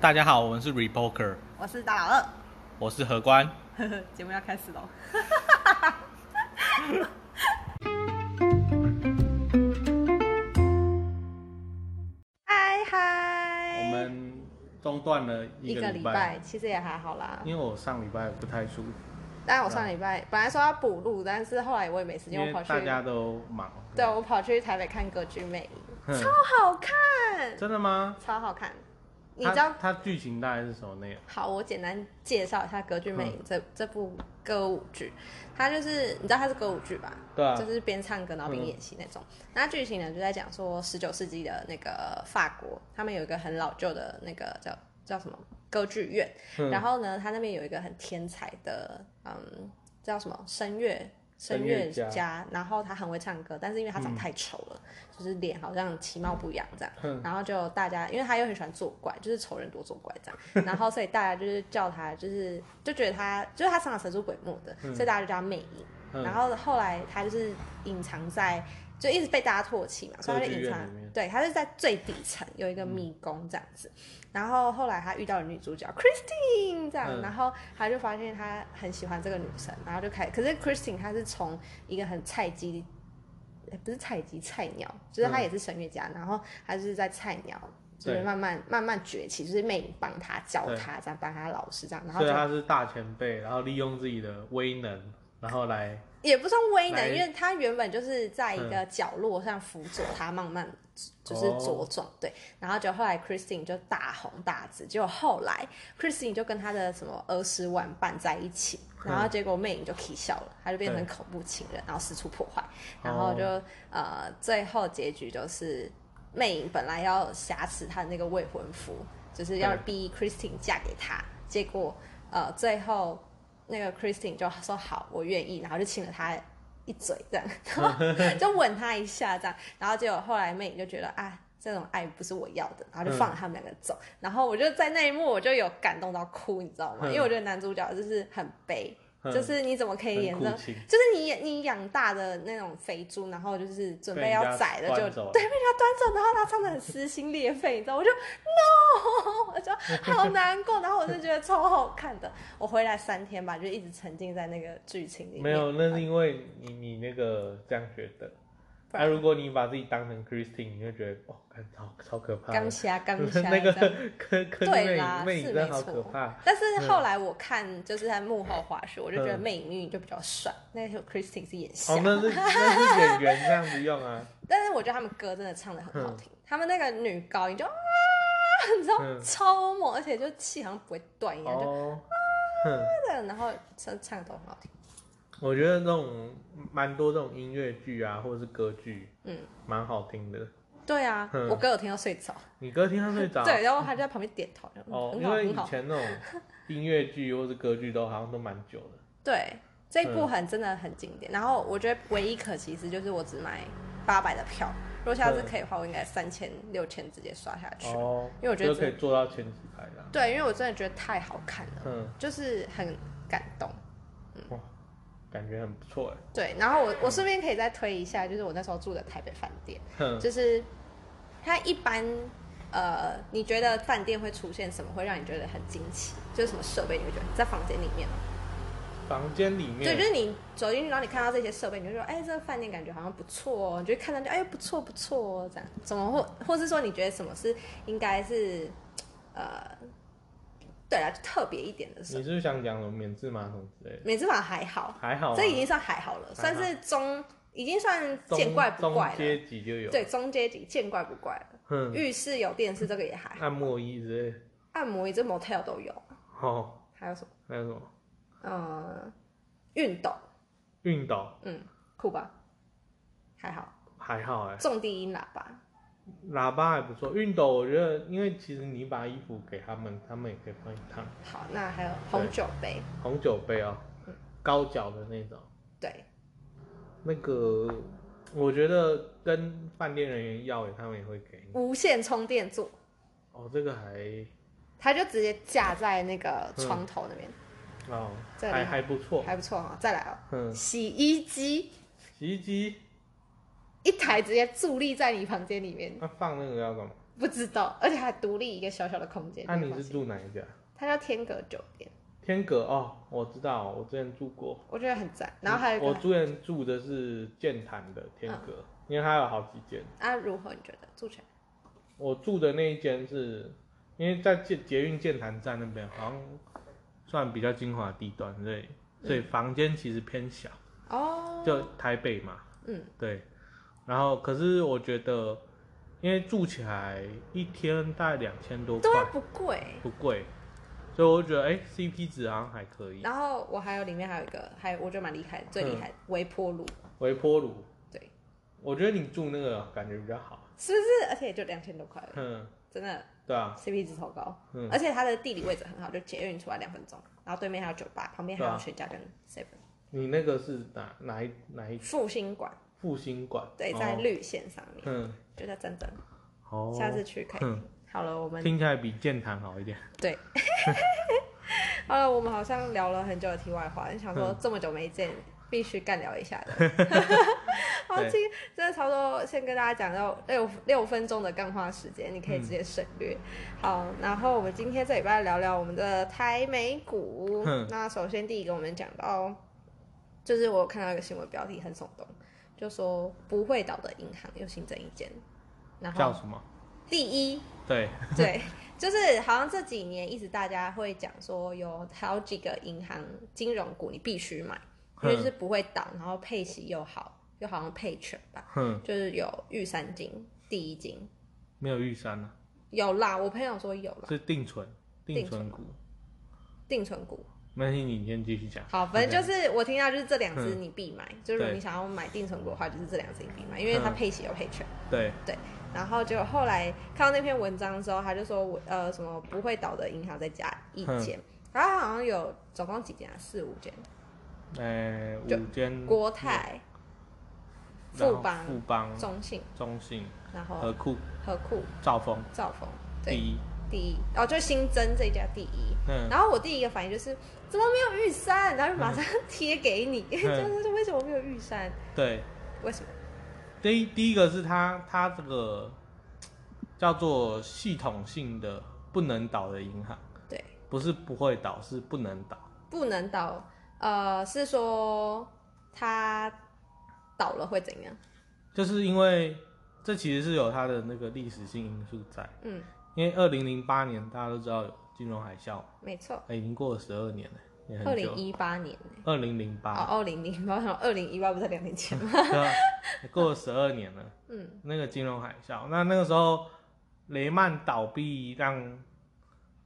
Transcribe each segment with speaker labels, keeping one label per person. Speaker 1: 大家好，我们是 Repoker，
Speaker 2: 我是大老二
Speaker 1: 我是何官。
Speaker 2: 呵呵， 节目要开始喽。嗨嗨，
Speaker 1: 我们中断了一
Speaker 2: 一
Speaker 1: 个
Speaker 2: 个
Speaker 1: 礼
Speaker 2: 礼
Speaker 1: 拜，
Speaker 2: 拜其实也还好啦。
Speaker 1: 因为我上礼拜不太舒服，
Speaker 2: 但我上礼拜本来说要补录，但是后来我也没时
Speaker 1: 因
Speaker 2: 间，我
Speaker 1: 为
Speaker 2: 跑
Speaker 1: 大
Speaker 2: 去
Speaker 1: 家都忙。
Speaker 2: 对我跑去台北看歌剧魅影，
Speaker 1: 哼，
Speaker 2: 超好看，
Speaker 1: 真的吗？
Speaker 2: 超好看。你
Speaker 1: 它
Speaker 2: 知道
Speaker 1: 它剧情大概是什么内容？
Speaker 2: 好，我简单介绍一下《歌剧魅
Speaker 1: 嗯
Speaker 2: 影》这、这部歌舞剧，它就是你知道它是歌舞剧吧？
Speaker 1: 对啊嗯
Speaker 2: 就是边唱歌然后边演戏那种。那剧情呢就在讲说，十九世纪的那个法国，他们有一个很老旧的那个叫叫什么歌剧院，
Speaker 1: 嗯
Speaker 2: 然后呢，他那边有一个很天才的，嗯，叫什么声乐
Speaker 1: 声
Speaker 2: 声
Speaker 1: 乐
Speaker 2: 乐
Speaker 1: 家
Speaker 2: 家，然后他很会唱歌，但是因为他长太丑了，就是脸好像其貌不扬这样，
Speaker 1: 嗯
Speaker 2: 然后就大家因为他又很喜欢作怪，就是丑人多作怪这 样，然后所以大家就是叫他，就是就觉得他就是他常常神出鬼没的，所以大家就叫他魅影。
Speaker 1: 嗯
Speaker 2: 然后后来他就是隐藏在，就一直被大家唾弃嘛，所以他就
Speaker 1: 歌剧
Speaker 2: 隐
Speaker 1: 院
Speaker 2: 藏
Speaker 1: 里面，嗯
Speaker 2: 对他是在最底层有一个迷宫这样子。然后后来他遇到了女主角 Christine 这样，
Speaker 1: 嗯
Speaker 2: 然后他就发现他很喜欢这个女生，然后就开，可是 Christine 她是从一个很菜鸡。呃不是菜鸡菜鸟，就是他也是声乐家，然后他就是在菜鸟，
Speaker 1: 嗯
Speaker 2: 就
Speaker 1: 对
Speaker 2: 是慢慢慢慢崛起，就是魅影帮他教
Speaker 1: 对
Speaker 2: 他，这样帮他老师这样，然后
Speaker 1: 所
Speaker 2: 就
Speaker 1: 以他是大前辈，然后利用自己的威能，然后来
Speaker 2: 也不算威
Speaker 1: 来嗯
Speaker 2: 能，因为他原本就是在一个角落上辅佐他，慢慢就是茁壮、
Speaker 1: 哦
Speaker 2: 对。然后就后来 Christine 就大红大紫，结果后来 Christine 就跟他的什么儿时玩伴在一起，
Speaker 1: 嗯
Speaker 2: 然后结果魅影就起笑了，他就变成恐怖情人，然后四处破坏，然
Speaker 1: 哦
Speaker 2: 后就、呃最后结局就是魅影本来要挟持他的那个未婚夫，就是要
Speaker 1: 对
Speaker 2: 逼 Christine 嫁给他，结果呃最后那个 Christine 就说好，我愿意，然后就亲了他一嘴这样，然后就吻他一下这样，然后结果后来魅影就觉得啊。这种爱不是我要的，
Speaker 1: 嗯
Speaker 2: 然后就放了他们两个走。然后我就在那一幕，我就有感动到哭，你知道吗？
Speaker 1: 嗯
Speaker 2: 因为我觉得男主角就是很悲，
Speaker 1: 嗯
Speaker 2: 就是你怎么可以演
Speaker 1: 很
Speaker 2: 的
Speaker 1: 酷，情，
Speaker 2: 就是你你养大的那种肥猪，然后就是准
Speaker 1: 被
Speaker 2: 备
Speaker 1: 人
Speaker 2: 要
Speaker 1: 家
Speaker 2: 宰了，就
Speaker 1: 端走
Speaker 2: 对被人家端走，然后他唱的很撕心裂肺，你知道，我就 no，我就 好难过，然后我就觉得超好看的。我回来三天吧，就一直沉浸在那个剧情里面。
Speaker 1: 没有，那是因为你你那个这样觉得。
Speaker 2: 啊不
Speaker 1: 那、
Speaker 2: 然
Speaker 1: 如果你把自己当成 Christine，你就觉得哦，看超超可怕的。
Speaker 2: 刚瞎刚瞎
Speaker 1: 那个
Speaker 2: 这样
Speaker 1: 科科技
Speaker 2: 对
Speaker 1: 魅
Speaker 2: 啦
Speaker 1: 影，魅
Speaker 2: 是
Speaker 1: 影
Speaker 2: 没
Speaker 1: 真好可
Speaker 2: 错
Speaker 1: 怕。。
Speaker 2: 但是后来我看就是在幕后花絮，我就觉得
Speaker 1: 嗯
Speaker 2: 魅影女就比较帅，那时候 Christine 是演瞎
Speaker 1: 哦，那 是那是演员这样子用啊，
Speaker 2: 但是我觉得他们歌真的唱的很好听，他们那个女高音就啊，你知道、
Speaker 1: 嗯
Speaker 2: 超猛，而且就气好像不会断一样，就
Speaker 1: 哦，哼，
Speaker 2: 那个然后唱唱的都很好听。
Speaker 1: 我觉得这种蛮多这种音乐剧啊，或者是歌剧，
Speaker 2: 嗯，
Speaker 1: 蛮好听的。
Speaker 2: 对啊，
Speaker 1: 嗯
Speaker 2: 我哥有听到睡着，
Speaker 1: 你歌听他睡着，
Speaker 2: 对，然后他就在旁边点头，嗯
Speaker 1: 哦，
Speaker 2: 很
Speaker 1: 因
Speaker 2: 好
Speaker 1: 为
Speaker 2: 很
Speaker 1: 以
Speaker 2: 好。
Speaker 1: 前那种音乐剧或是歌剧都好像都蛮久的。
Speaker 2: 对，这一
Speaker 1: 嗯
Speaker 2: 部很真的很经典。然后我觉得唯一可惜是，就是我只买八百的票，如果下次
Speaker 1: 嗯
Speaker 2: 可以的话，我应该三千六千直接刷下去。
Speaker 1: 哦，
Speaker 2: 因为我觉得
Speaker 1: 就可以坐到前几排啦。
Speaker 2: 对，因为我真的觉得太好看了，
Speaker 1: 嗯，
Speaker 2: 就是很感动。
Speaker 1: 哇，感觉很不错哎。
Speaker 2: 对，然后我我顺便可以再推一下，就是我那时候住的台北饭店，
Speaker 1: 哼，
Speaker 2: 就是它一般呃，你觉得饭店会出现什么会让你觉得很惊奇？就是什么设备你会觉得在房间里面吗？
Speaker 1: 房间里
Speaker 2: 对，就
Speaker 1: 面，
Speaker 2: 是你走进去，然后你看到这些设备，你就说，哎，这个饭店感觉好像不错哦，你就会看到就哎不错不错哦，这样，怎么或或是说你觉得什么是应该是呃，对啊，就特别一点的
Speaker 1: 你
Speaker 2: 设
Speaker 1: 是
Speaker 2: 备，
Speaker 1: 不是想讲什么免治马桶之类的？
Speaker 2: 美芝法还好，
Speaker 1: 还好啊，
Speaker 2: 这已经算还好了，
Speaker 1: 还好
Speaker 2: 算是中，已经算
Speaker 1: 中
Speaker 2: 见怪不怪
Speaker 1: 啊中
Speaker 2: 了。
Speaker 1: 阶级就哦嗯有。
Speaker 2: 对，中阶级见怪不怪了。
Speaker 1: 哼，
Speaker 2: 浴室有电视，这个也还好。
Speaker 1: 按摩椅之类的。
Speaker 2: 按摩椅这 motel 都有，
Speaker 1: 哦，
Speaker 2: 还有什么？
Speaker 1: 还有什么？
Speaker 2: 嗯，运动，
Speaker 1: 运动
Speaker 2: 嗯，酷吧？还好，
Speaker 1: 还好哎、
Speaker 2: 重低音喇叭。
Speaker 1: 喇叭还不错。熨斗我觉得，因为其实你把衣服给他们，他们也可以帮你烫。
Speaker 2: 好，那还有红酒杯，
Speaker 1: 红酒杯哦，高脚的那种。
Speaker 2: 对，
Speaker 1: 那个我觉得跟饭店人员要，他们也会给你。
Speaker 2: 无线充电座，
Speaker 1: 哦，这个还
Speaker 2: 它就直接架在那个床头那边，
Speaker 1: 哦，
Speaker 2: 这个
Speaker 1: 还
Speaker 2: 厉害
Speaker 1: 还不错。
Speaker 2: 还不错哈。再来哦，
Speaker 1: 嗯，
Speaker 2: 洗衣机
Speaker 1: 洗衣机
Speaker 2: 一台直接伫立在你房间里面，
Speaker 1: 啊那、放那个要干嘛？
Speaker 2: 不知道，而且还独立一个小小的空间。
Speaker 1: 那、
Speaker 2: 就
Speaker 1: 你
Speaker 2: 放
Speaker 1: 是
Speaker 2: 心
Speaker 1: 住哪一家？
Speaker 2: 它叫天阁酒店，
Speaker 1: 天阁哦，我知道，我之前住过。
Speaker 2: 我觉得很赞。然后还有一
Speaker 1: 我
Speaker 2: 个嗯
Speaker 1: 之前住的是剑潭的天阁，因为它有好几间。
Speaker 2: 啊，如何你觉得住起来？
Speaker 1: 我住的那一间是，因为在捷捷运剑潭站那边，好像算比较精华地段，所以
Speaker 2: 嗯
Speaker 1: 所以房间其实偏小，
Speaker 2: 哦，
Speaker 1: 就台北嘛，
Speaker 2: 嗯，
Speaker 1: 对。然后可是我觉得，因为住起来一天大概两千多块
Speaker 2: 对，啊，不贵。
Speaker 1: 不贵，所以我觉得哎、c p 值好像还可以。
Speaker 2: 然后我还有里面还有一个，还有我觉得蛮厉害的，最厉
Speaker 1: 嗯
Speaker 2: 害的微波炉，
Speaker 1: 微波炉，
Speaker 2: 对，
Speaker 1: 我觉得你住那个感觉比较好，
Speaker 2: 是不是？而且也就两千多块而已，
Speaker 1: 嗯，
Speaker 2: 真的
Speaker 1: 对啊，
Speaker 2: CP 值超高。
Speaker 1: 嗯
Speaker 2: 而且它的地理位置很好，就捷运出来两分钟，然后对面还有酒吧，旁边还
Speaker 1: 对
Speaker 2: 有
Speaker 1: 啊
Speaker 2: 全家跟 seven、
Speaker 1: 你那个是哪哪一哪一
Speaker 2: 复兴馆，
Speaker 1: 复兴馆？
Speaker 2: 对，
Speaker 1: 哦
Speaker 2: 在绿线上面，
Speaker 1: 嗯，
Speaker 2: 就在真正。
Speaker 1: 哦，
Speaker 2: 下次去可以。
Speaker 1: 嗯
Speaker 2: 好了，我们
Speaker 1: 听起来比健谈好一点。
Speaker 2: 对，好了，我们好像聊了很久的题外话，想
Speaker 1: 嗯
Speaker 2: 说这么久没见，必须干聊一下的。 好，
Speaker 1: 对
Speaker 2: 今天真的差不多，先跟大家讲到六六分钟的干话时间，你可以直接省略。
Speaker 1: 嗯
Speaker 2: 好，然后我们今天这礼拜聊聊我们的台美股
Speaker 1: 哼。
Speaker 2: 那首先第一个，我们讲到，就是我有看到一个新闻标题很耸动，就说不会倒的银行又新增一间，然
Speaker 1: 叫
Speaker 2: 后
Speaker 1: 什么？
Speaker 2: 第一
Speaker 1: 对，
Speaker 2: 对，就是好像这几年一直大家会讲说有好几个银行金融股你必须买，
Speaker 1: 嗯
Speaker 2: 因为就是不会倒，然后配息又好，又好像配全吧，
Speaker 1: 哼，
Speaker 2: 就是有玉山金、第一金，
Speaker 1: 没有玉山了，
Speaker 2: 有啦，我朋友说有啦，
Speaker 1: 是定存，定存股。
Speaker 2: 定存股。
Speaker 1: 没关系，你先继续讲。
Speaker 2: 好，反正就是是我听到就是这两只
Speaker 1: 嗯
Speaker 2: 你必买，就是如果
Speaker 1: 对
Speaker 2: 你想要买定存股的话，就是这两只你必买，因为它
Speaker 1: 嗯
Speaker 2: 配息又配全。
Speaker 1: 对，
Speaker 2: 然后结果后来看到那篇文章之后，他就说我呃什么不会倒的银行再加一间，然后好像有总共几间啊，四五间，
Speaker 1: 呃，
Speaker 2: 就
Speaker 1: 五间
Speaker 2: 国泰、
Speaker 1: 然后
Speaker 2: 富邦
Speaker 1: 富邦、
Speaker 2: 中信，
Speaker 1: 中信、
Speaker 2: 然后
Speaker 1: 和库、
Speaker 2: 和库、
Speaker 1: 兆丰
Speaker 2: 兆丰，
Speaker 1: 第
Speaker 2: 对，
Speaker 1: 一。
Speaker 2: 第一哦，就新增这一家第一。
Speaker 1: 嗯，
Speaker 2: 然后我第一个反应就是怎么没有玉山，然后就马上贴给你，
Speaker 1: 嗯
Speaker 2: 就是为什么没有玉山？
Speaker 1: 对，
Speaker 2: 为什么？
Speaker 1: 第一第一个是它它这个叫做系统性的不能倒的银行，
Speaker 2: 对，
Speaker 1: 不是不会倒，是不能倒。
Speaker 2: 不能倒，呃，是说它倒了会怎样？
Speaker 1: 就是因为这其实是有它的那个历史性因素在，
Speaker 2: 嗯，
Speaker 1: 因为二零零八年大家都知道有金融海啸，
Speaker 2: 没错。
Speaker 1: 哎已经过了十二年了，也
Speaker 2: 二
Speaker 1: 很
Speaker 2: 零
Speaker 1: 久。
Speaker 2: 一八年
Speaker 1: 二零零
Speaker 2: 哦，
Speaker 1: 八，
Speaker 2: 二零零八，我想二零一八不是两年前吗？
Speaker 1: 对吧也过了十二年了。
Speaker 2: 嗯，
Speaker 1: 那个金融海啸，那那个时候雷曼倒闭让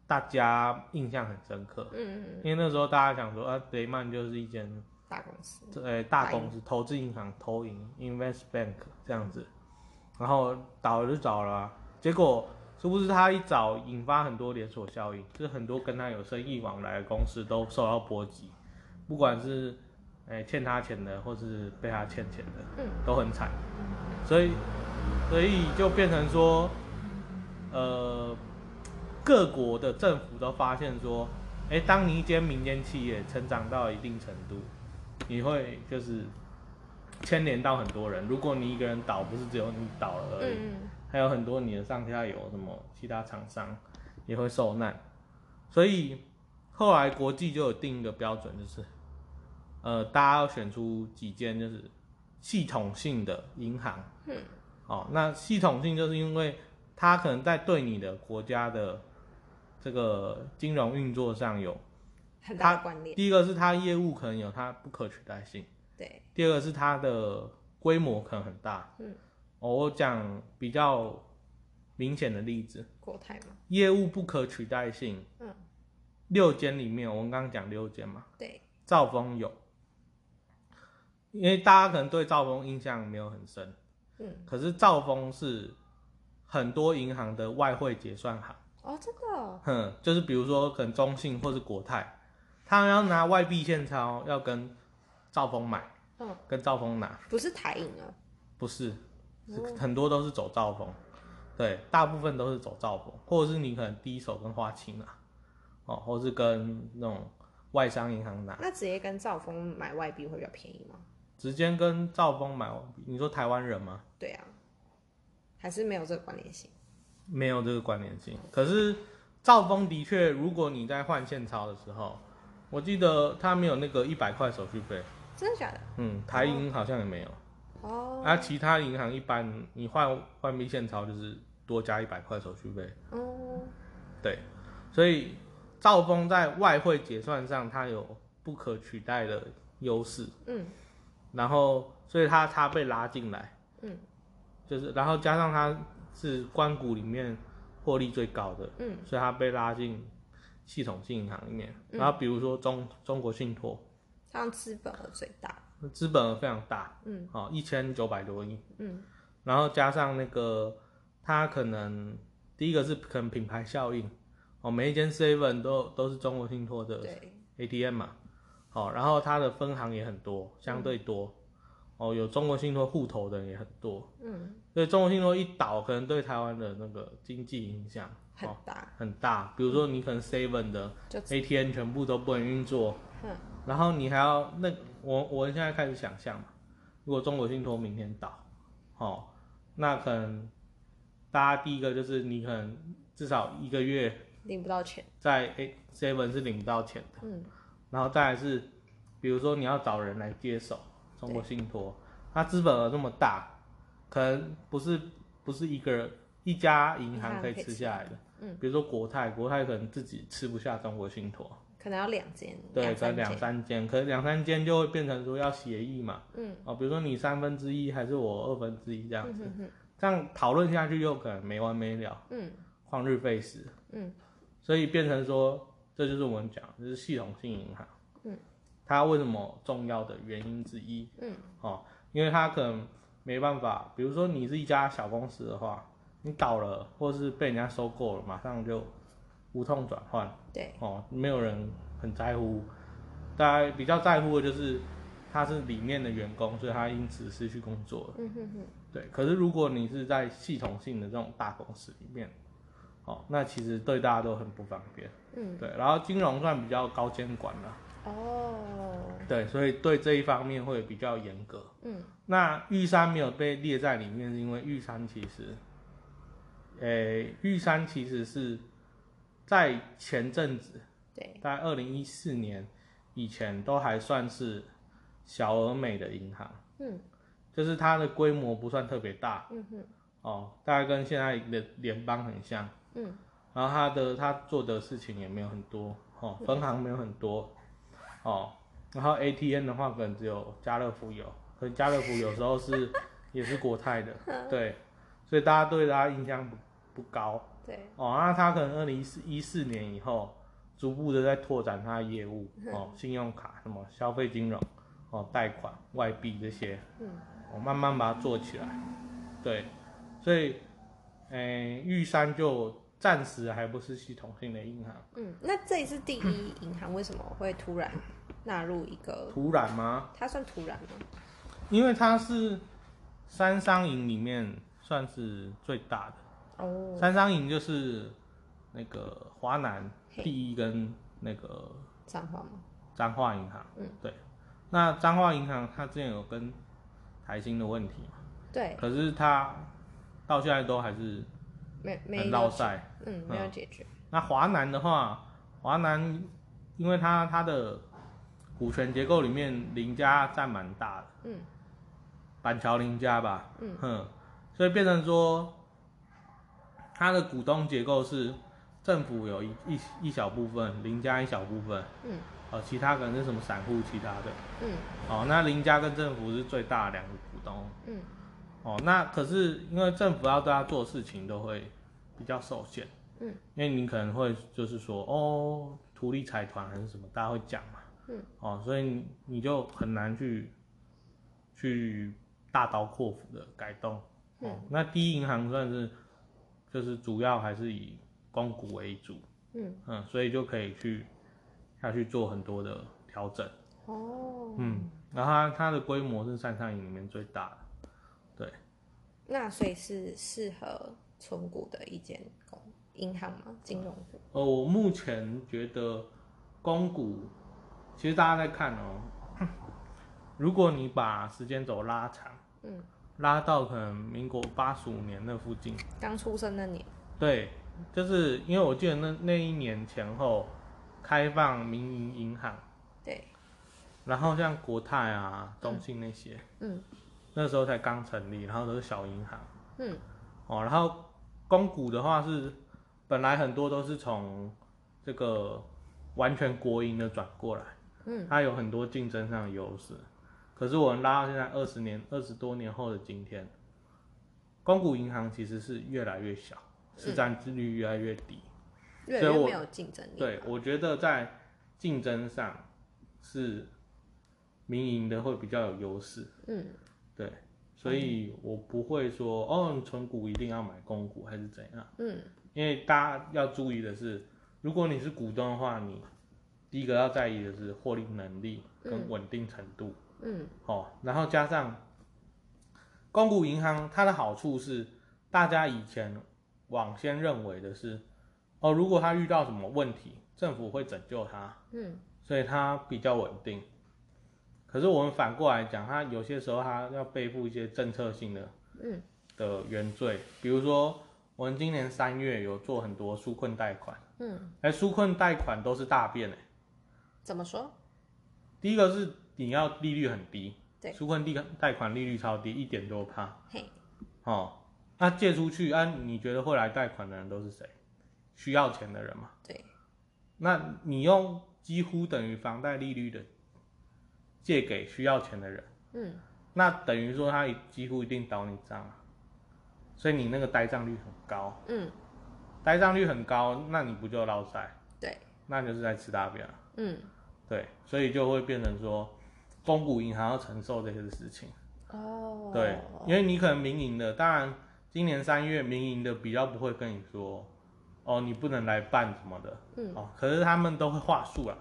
Speaker 1: 大家印象很深刻，
Speaker 2: 嗯，
Speaker 1: 因为那时候大家想说，啊，雷曼就是一间
Speaker 2: 大公司，
Speaker 1: 呃大公司投资银行投银 invest bank 这样子，然后倒了就倒了啊、结果是不是他一早引发很多连锁效应，就是很多跟他有生意往来的公司都受到波及，不管是哎、欠他钱的，或是被他欠钱的，
Speaker 2: 嗯，
Speaker 1: 都很惨，所以所以就变成说，呃，各国的政府都发现说，哎、当你一间民间企业成长到一定程度，你会就是牵连到很多人。如果你一个人倒，不是只有你倒了而已，
Speaker 2: 嗯
Speaker 1: 还有很多你的上下游什么其他厂商也会受难。所以后来国际就有定一个标准，就是呃，大家要选出几间就是系统性的银行。
Speaker 2: 嗯，
Speaker 1: 哦，那系统性就是因为它可能在对你的国家的这个金融运作上有，
Speaker 2: 很大的关联，
Speaker 1: 第一个是它业务可能有它不可取代性。
Speaker 2: 对，
Speaker 1: 第二个是它的规模可能很大。
Speaker 2: 嗯
Speaker 1: 哦，我讲比较明显的例子，
Speaker 2: 国泰嘛，
Speaker 1: 业务不可取代性。
Speaker 2: 嗯，
Speaker 1: 六间里面，我们刚刚讲六间嘛，
Speaker 2: 对，
Speaker 1: 兆丰有，因为大家可能对兆丰印象没有很深，
Speaker 2: 嗯，
Speaker 1: 可是兆丰是很多银行的外汇结算行，
Speaker 2: 哦，真的哦，
Speaker 1: 哼，就是比如说可能中信或是国泰，他们要拿外币现钞，要跟兆丰买，
Speaker 2: 嗯，
Speaker 1: 跟兆丰拿。
Speaker 2: 不是台银哦，
Speaker 1: 不是，是很多都是走兆风，对，大部分都是走兆风，或者是你可能第一手跟花青啊，哦，或是跟那种外商银行拿，
Speaker 2: 那直接跟兆丰买外币会比较便宜吗？
Speaker 1: 直接跟兆丰买。你说台湾人吗？
Speaker 2: 对啊，还是没有这个关联性，
Speaker 1: 没有这个关联性。可是兆丰的确，如果你在换现钞的时候，我记得他没有那个一百块手续费，
Speaker 2: 真的假的？
Speaker 1: 嗯，台银好像也没有，
Speaker 2: 哦，
Speaker 1: 啊，其他银行一般你换换币现钞就是多加一百块手续费，
Speaker 2: 嗯，
Speaker 1: 对，所以兆丰在外汇结算上它有不可取代的优势，
Speaker 2: 嗯，
Speaker 1: 然后所以它它被拉进来，
Speaker 2: 嗯，
Speaker 1: 就是然后加上它是关谷里面获利最高的，
Speaker 2: 嗯，
Speaker 1: 所以它被拉进系统性银行里面，
Speaker 2: 嗯
Speaker 1: 然后比如说中中国信托，
Speaker 2: 他们资本额最大，
Speaker 1: 资本额非常大，
Speaker 2: 嗯
Speaker 1: 哦，一千九百多亿，
Speaker 2: 嗯
Speaker 1: 然后加上那个它可能第一个是可能品牌效应，哦，每一间 seven 都都是中国信托的
Speaker 2: 对，
Speaker 1: ATM 嘛，好、然后它的分行也很多，相对多，哦，有中国信托户头的人也很多，
Speaker 2: 嗯，
Speaker 1: 所以中国信托一倒，可能对台湾的那个经济影响
Speaker 2: 很
Speaker 1: 哦
Speaker 2: 大，
Speaker 1: 很大。比如说你可能 Seven 的
Speaker 2: 就
Speaker 1: ATM 全部都不能运作，
Speaker 2: 嗯
Speaker 1: 然后你还要那我我现在开始想象嘛，如果中国信托明天倒，哦，那可能大家第一个就是你可能至少一个月
Speaker 2: 领不到钱，
Speaker 1: 在 A Seven 是领不到钱的。
Speaker 2: 嗯
Speaker 1: 然后再来是，比如说你要找人来接手中国信托，它资本额这么大，可能不是不是一个人一家银行可以吃下来的。
Speaker 2: 嗯，
Speaker 1: 比如说国泰，国泰可能自己吃不下中国信托，
Speaker 2: 可能要两间，
Speaker 1: 对，可
Speaker 2: 两
Speaker 1: 能
Speaker 2: 三
Speaker 1: 两
Speaker 2: 间，
Speaker 1: 三间，可能两三间就会变成说要协议嘛，
Speaker 2: 嗯
Speaker 1: 哦，比如说你三分之一还是我二分之一这样
Speaker 2: 嗯
Speaker 1: 子，
Speaker 2: 嗯
Speaker 1: 这样讨论下去又可能没完没了，
Speaker 2: 嗯
Speaker 1: 旷日费时。
Speaker 2: 嗯
Speaker 1: 所以变成说，这就是我们讲，就是系统性银行，
Speaker 2: 嗯，
Speaker 1: 它为什么重要的原因之一
Speaker 2: 嗯
Speaker 1: 哦，因为它可能没办法，比如说你是一家小公司的话，你倒了或是被人家收购了，马上就无痛转换
Speaker 2: 嗯，对，
Speaker 1: 哦，没有人很在乎，大家比较在乎的就是他是里面的员工，所以他因此失去工作了。
Speaker 2: 嗯哼哼，
Speaker 1: 对，可是如果你是在系统性的这种大公司里面，哦，那其实对大家都很不方便。
Speaker 2: 嗯
Speaker 1: 对，然后金融算比较高监管了，
Speaker 2: 哦，
Speaker 1: 对，所以对这一方面会比较严格。
Speaker 2: 嗯
Speaker 1: 那玉山没有被列在里面，是因为玉山其实，诶、玉山其实是在前阵子，
Speaker 2: 对，
Speaker 1: 在二零一四年以前都还算是小而美的银行，
Speaker 2: 嗯
Speaker 1: 就是它的规模不算特别大，
Speaker 2: 嗯哼
Speaker 1: 哦，大概跟现在的联邦很像，
Speaker 2: 嗯
Speaker 1: 然后他的他做的事情也没有很多，哦，
Speaker 2: 嗯
Speaker 1: 分行没有很多，哦，然后 ATM 的话可能只有家乐福有，可是家乐福有时候 是也是国泰的，
Speaker 2: 嗯
Speaker 1: 对，所以大家对他印象不不高，
Speaker 2: 对，
Speaker 1: 哦，那他可能二零一四一四年以后，逐步的在拓展他的业务，
Speaker 2: 嗯
Speaker 1: 哦，信用卡什么消费金融，哦，贷款、外币这些，
Speaker 2: 嗯
Speaker 1: 我慢慢把它做起来。对，所以，诶、玉山就暂时还不是系统性的银行。
Speaker 2: 嗯，那这一次第一银行为什么会突然纳入一个？
Speaker 1: 突然吗？
Speaker 2: 它算突然吗？
Speaker 1: 因为它是三商银里面算是最大的。
Speaker 2: 哦，
Speaker 1: 三商银就是那个华南
Speaker 2: 嘿
Speaker 1: 第一跟那个
Speaker 2: 脏话吗？
Speaker 1: 彰化银行。
Speaker 2: 嗯，
Speaker 1: 对。那彰化银行它之前有跟台新的问题嘛，
Speaker 2: 对，
Speaker 1: 可是它到现在都还是
Speaker 2: 没没
Speaker 1: 很
Speaker 2: 有
Speaker 1: 绕
Speaker 2: 解，
Speaker 1: 赛。
Speaker 2: 嗯，没有解决，
Speaker 1: 那华南的话，华南因为它它的股权结构里面林家占蛮大的，
Speaker 2: 嗯，
Speaker 1: 板桥林家吧，
Speaker 2: 嗯
Speaker 1: 哼，所以变成说，它的股东结构是政府有一一一小部分，林家一小部分，
Speaker 2: 嗯
Speaker 1: 哦，其他可能是什么散户，其他的，
Speaker 2: 嗯
Speaker 1: 哦，那林家跟政府是最大的两个股东，
Speaker 2: 嗯
Speaker 1: 哦，那可是因为政府要对他做事情都会比较受限，
Speaker 2: 嗯，
Speaker 1: 因为你可能会就是说哦，图利财团还是什么，大家会讲嘛，
Speaker 2: 嗯，
Speaker 1: 哦，所以你你就很难去去大刀阔斧的改
Speaker 2: 嗯
Speaker 1: 动，哦，那第一银行算是就是主要还是以光谷为主，
Speaker 2: 嗯，
Speaker 1: 嗯，所以就可以去下去做很多的调整。
Speaker 2: 哦，
Speaker 1: 嗯，然后它它的规模是三上影里面最大的，
Speaker 2: 那所以是适合存股的一间公银行吗？金融股？
Speaker 1: 呃，我目前觉得公股，其实大家在看哦， 如果你把时间轴拉长，
Speaker 2: 嗯，
Speaker 1: 拉到可能民国八十五年那附近，
Speaker 2: 刚出生那年，
Speaker 1: 对，就是因为我记得那那一年前后开放民营银行，
Speaker 2: 对，
Speaker 1: 然后像国泰啊、中信那些，
Speaker 2: 嗯
Speaker 1: 那时候才刚成立，然后都是小银行
Speaker 2: 嗯
Speaker 1: 哦。然后公股的话是本来很多都是从这个完全国营的转过来，
Speaker 2: 嗯，
Speaker 1: 它有很多竞争上的优势。可是我们拉到现在二十年、二十多年后的今天，公股银行其实是越来越小，市
Speaker 2: 嗯
Speaker 1: 占之率越来越低。
Speaker 2: 越
Speaker 1: 所
Speaker 2: 来
Speaker 1: 以
Speaker 2: 越
Speaker 1: 我
Speaker 2: 没有竞争力。
Speaker 1: 对，我觉得在竞争上是民营的会比较有优势，
Speaker 2: 嗯，
Speaker 1: 对，所以我不会说哦，你存股一定要买公股还是怎样，
Speaker 2: 嗯，
Speaker 1: 因为大家要注意的是，如果你是股东的话，你第一个要在意的是获利能力跟稳定程度，
Speaker 2: 嗯
Speaker 1: 哦，然后加上公股银行，它的好处是，大家以前往先认为的是，哦，如果它遇到什么问题，政府会拯救它，
Speaker 2: 嗯
Speaker 1: 所以它比较稳定。可是我们反过来讲，它有些时候它要背负一些政策性的
Speaker 2: 嗯
Speaker 1: 的原罪，比如说我们今年三月有做很多纾困贷款，
Speaker 2: 嗯，
Speaker 1: 哎，纾困贷款都是大变哎、
Speaker 2: 怎么说？
Speaker 1: 第一个是你要利率很低，
Speaker 2: 对
Speaker 1: 纾困贷贷款利率超低，一点多趴，
Speaker 2: 嘿，
Speaker 1: 哦，那、借出去，啊，你觉得会来贷款的人都是谁？需要钱的人嘛？
Speaker 2: 对，
Speaker 1: 那你用几乎等于房贷利率的借给需要钱的人，
Speaker 2: 嗯
Speaker 1: 那等于说他几乎一定倒你账啊，所以你那个呆账率很高，
Speaker 2: 嗯
Speaker 1: 呆账率很高，那你不就捞塞？
Speaker 2: 对，
Speaker 1: 那就是在吃大便了。啊
Speaker 2: 嗯
Speaker 1: 对，所以就会变成说，公股银行要承受这些事情。
Speaker 2: 哦，
Speaker 1: 对，因为你可能民营的，当然今年三月民营的比较不会跟你说，哦，你不能来办什么的，
Speaker 2: 嗯
Speaker 1: 哦，可是他们都会话术啦。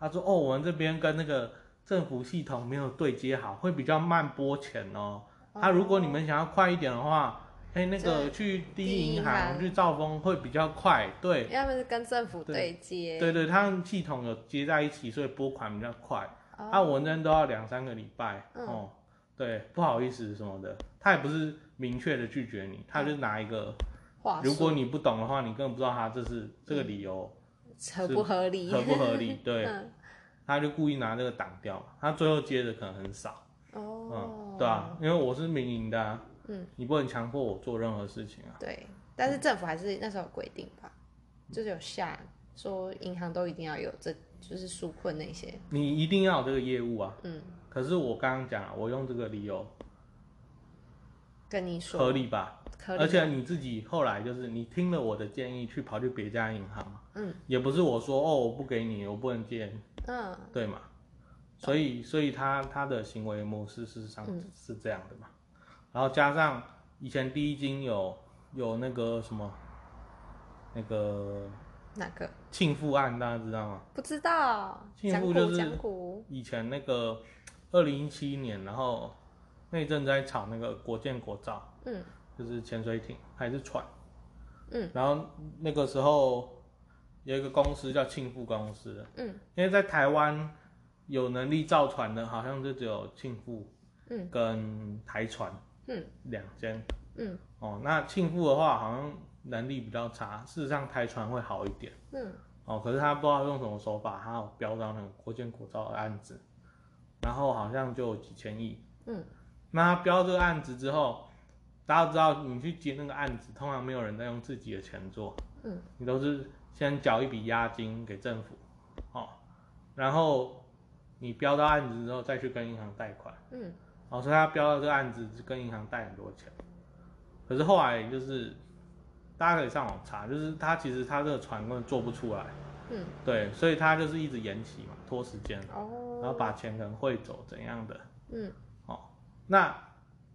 Speaker 1: 他说，哦，我们这边跟那个政府系统没有对接好，会比较慢拨钱哦。
Speaker 2: 哦
Speaker 1: 啊，如果你们想要快一点的话，哎、那个
Speaker 2: 这
Speaker 1: 去第
Speaker 2: 第
Speaker 1: 一
Speaker 2: 一
Speaker 1: 银
Speaker 2: 银
Speaker 1: 行
Speaker 2: 行
Speaker 1: 去兆丰会比较快，对
Speaker 2: 因。为他们是跟政府
Speaker 1: 对
Speaker 2: 对接，
Speaker 1: 对对，他们系统有接在一起，所以拨款比较快。
Speaker 2: 哦
Speaker 1: 啊，文人都要两三个礼拜、
Speaker 2: 嗯
Speaker 1: 哦。对，不好意思什么的，他也不是明确的拒绝你，他就拿一个，
Speaker 2: 话
Speaker 1: 如果
Speaker 2: 术
Speaker 1: 你不懂的话，你根本不知道他这是这个理由
Speaker 2: 合不合嗯理？
Speaker 1: 合不合 理，对，
Speaker 2: 嗯
Speaker 1: 他就故意拿这个挡掉，他最后接的可能很少，
Speaker 2: 哦
Speaker 1: 嗯，，对啊，因为我是民营的、啊，
Speaker 2: 嗯，
Speaker 1: 你不能强迫我做任何事情啊，
Speaker 2: 对，但是政府还是那时候有规定吧，就是有下说银行都一定要有这就是纾困那些，
Speaker 1: 你一定要有这个业务啊，
Speaker 2: 嗯，
Speaker 1: 可是我刚刚讲了，我用这个理由
Speaker 2: 跟你说
Speaker 1: 合理吧？
Speaker 2: 合理，
Speaker 1: 而且你自己后来就是你听了我的建议去跑去别家银行嘛，
Speaker 2: 嗯，
Speaker 1: 也不是我说哦我不给你，我不能借你，
Speaker 2: 嗯
Speaker 1: 对嘛？所以所以他他的行为模式事实上
Speaker 2: 嗯
Speaker 1: 是这样的嘛，然后加上以前第一金有有那个什么那个
Speaker 2: 哪个
Speaker 1: 庆父案大家知道吗？
Speaker 2: 不知道？啊
Speaker 1: 幸
Speaker 2: 讲
Speaker 1: 福
Speaker 2: 古
Speaker 1: 就是
Speaker 2: 讲古，
Speaker 1: 以前那个二零一七年，然后那一阵子在炒那个国建国造。
Speaker 2: 嗯
Speaker 1: 就是潜水艇还是船，
Speaker 2: 嗯，
Speaker 1: 然后那个时候有一个公司叫庆富公司，
Speaker 2: 嗯
Speaker 1: 因为在台湾有能力造船的，好像就只有庆富，
Speaker 2: 嗯，
Speaker 1: 跟台船
Speaker 2: 嗯
Speaker 1: 两间，
Speaker 2: 嗯
Speaker 1: 哦，那庆富的话好像能力比较差，事实上台船会好一点，
Speaker 2: 嗯
Speaker 1: 哦，可是他不知道用什么手法，他有标到那个国建国造的案子，然后好像就有几千亿，
Speaker 2: 嗯，
Speaker 1: 那他标这个案子之后，大家知道你去接那个案子，通常没有人在用自己的钱做，
Speaker 2: 嗯，
Speaker 1: 你都是先缴一笔押金给政府，哦，然后你标到案子之后再去跟银行贷款，
Speaker 2: 嗯
Speaker 1: 哦，所以他标到这个案子是跟银行贷很多钱，可是后来就是大家可以上网查，就是他其实他这个船根本做不出来，
Speaker 2: 嗯
Speaker 1: 对，所以他就是一直延期嘛，拖时间，啊
Speaker 2: 哦，
Speaker 1: 然后把钱可能汇走怎样的。
Speaker 2: 嗯
Speaker 1: 那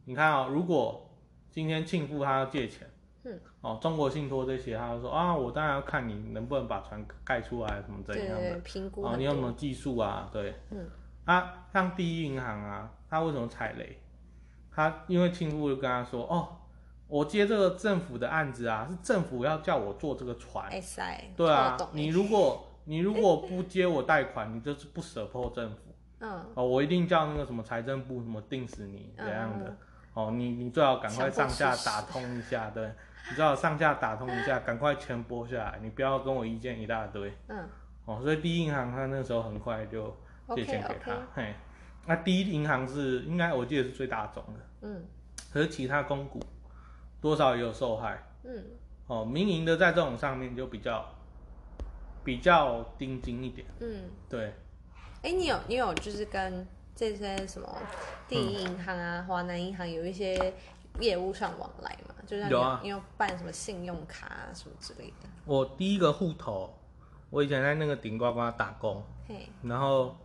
Speaker 1: 你看啊、如果今天庆父他要借钱，
Speaker 2: 嗯，
Speaker 1: 哦，中国信托这些，他就说啊，我当然要看你能不能把船盖出来，什么怎
Speaker 2: 对
Speaker 1: 样
Speaker 2: 对
Speaker 1: 的，
Speaker 2: 对，评估
Speaker 1: 哦，
Speaker 2: 很
Speaker 1: 你有什
Speaker 2: 多
Speaker 1: 么技术啊？对，
Speaker 2: 嗯，
Speaker 1: 啊，像第一银行啊，他为什么踩雷？他因为庆父就跟他说，哦，我接这个政府的案子啊，是政府要叫我做这个船，
Speaker 2: 哎塞，
Speaker 1: 对啊
Speaker 2: 我懂，
Speaker 1: 你
Speaker 2: 哎
Speaker 1: 如果你如果不接我贷款，你 就是不舍破政府。
Speaker 2: 嗯
Speaker 1: 哦，我一定叫那个什么财政部什么定死你
Speaker 2: 嗯
Speaker 1: 怎样的。
Speaker 2: 嗯
Speaker 1: 哦，你你最好赶快上
Speaker 2: 强迫
Speaker 1: 下
Speaker 2: 事实
Speaker 1: 打通一下，对，你知道上下打通一下，赶快钱拨下来，你不要跟我意见一大堆
Speaker 2: 嗯
Speaker 1: 哦。所以第一银行他那时候很快就借
Speaker 2: ，OK
Speaker 1: 钱给他
Speaker 2: OK，
Speaker 1: 嘿。那第一银行是应该我记得是最大众的，
Speaker 2: 嗯
Speaker 1: 可是其他公股多少也有受害
Speaker 2: 嗯
Speaker 1: 哦。民营的在这种上面就比较比较盯紧一点，
Speaker 2: 嗯，
Speaker 1: 对，
Speaker 2: 哎、你有你有就是跟这些什么第一银行啊、华南银行有一些业务上往来嘛？就像你
Speaker 1: 有啊
Speaker 2: 你有办什么信用卡啊什么之类的，
Speaker 1: 我第一个户头，我以前在那个顶呱呱打工，
Speaker 2: 嘿。
Speaker 1: 然后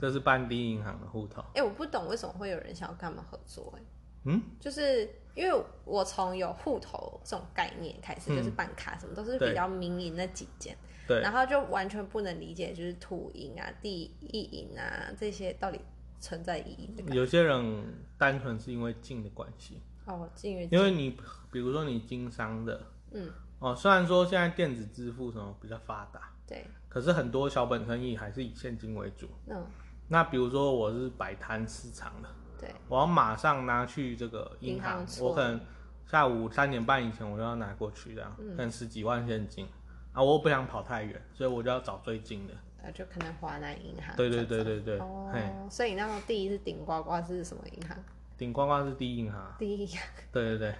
Speaker 1: 这是办第一银行的户头。
Speaker 2: 哎、我不懂为什么会有人想要跟他们合作、欸，
Speaker 1: 嗯，
Speaker 2: 就是因为我从有户头这种概念开始，
Speaker 1: 嗯
Speaker 2: 就是办卡什么都是
Speaker 1: 对
Speaker 2: 比较民营那几间，
Speaker 1: 对，
Speaker 2: 然后就完全不能理解，就是土银啊、地一银啊这些到底存在意义的感觉。
Speaker 1: 有些人单纯是因为进的关系，
Speaker 2: 哦，进月
Speaker 1: 因为你比如说你经商的
Speaker 2: 嗯，
Speaker 1: 哦，虽然说现在电子支付什么比较发达，
Speaker 2: 对，
Speaker 1: 可是很多小本生意还是以现金为主。
Speaker 2: 嗯，
Speaker 1: 那比如说我是摆摊市场的，
Speaker 2: 对，
Speaker 1: 我要马上拿去这个银
Speaker 2: 银行
Speaker 1: 行，
Speaker 2: 存
Speaker 1: 我可能下午三点半以前我就要拿过去，这样、
Speaker 2: 嗯
Speaker 1: 可能十几万现金啊，我又不想跑太远，所以我就要找最近的。
Speaker 2: 呃，就可能华南银行。
Speaker 1: 对对对。对对，嘿，
Speaker 2: 哦，所以你那时候第一次顶呱呱是什么银行？
Speaker 1: 顶呱呱是第一银行，
Speaker 2: 第一银 行，
Speaker 1: 对对对，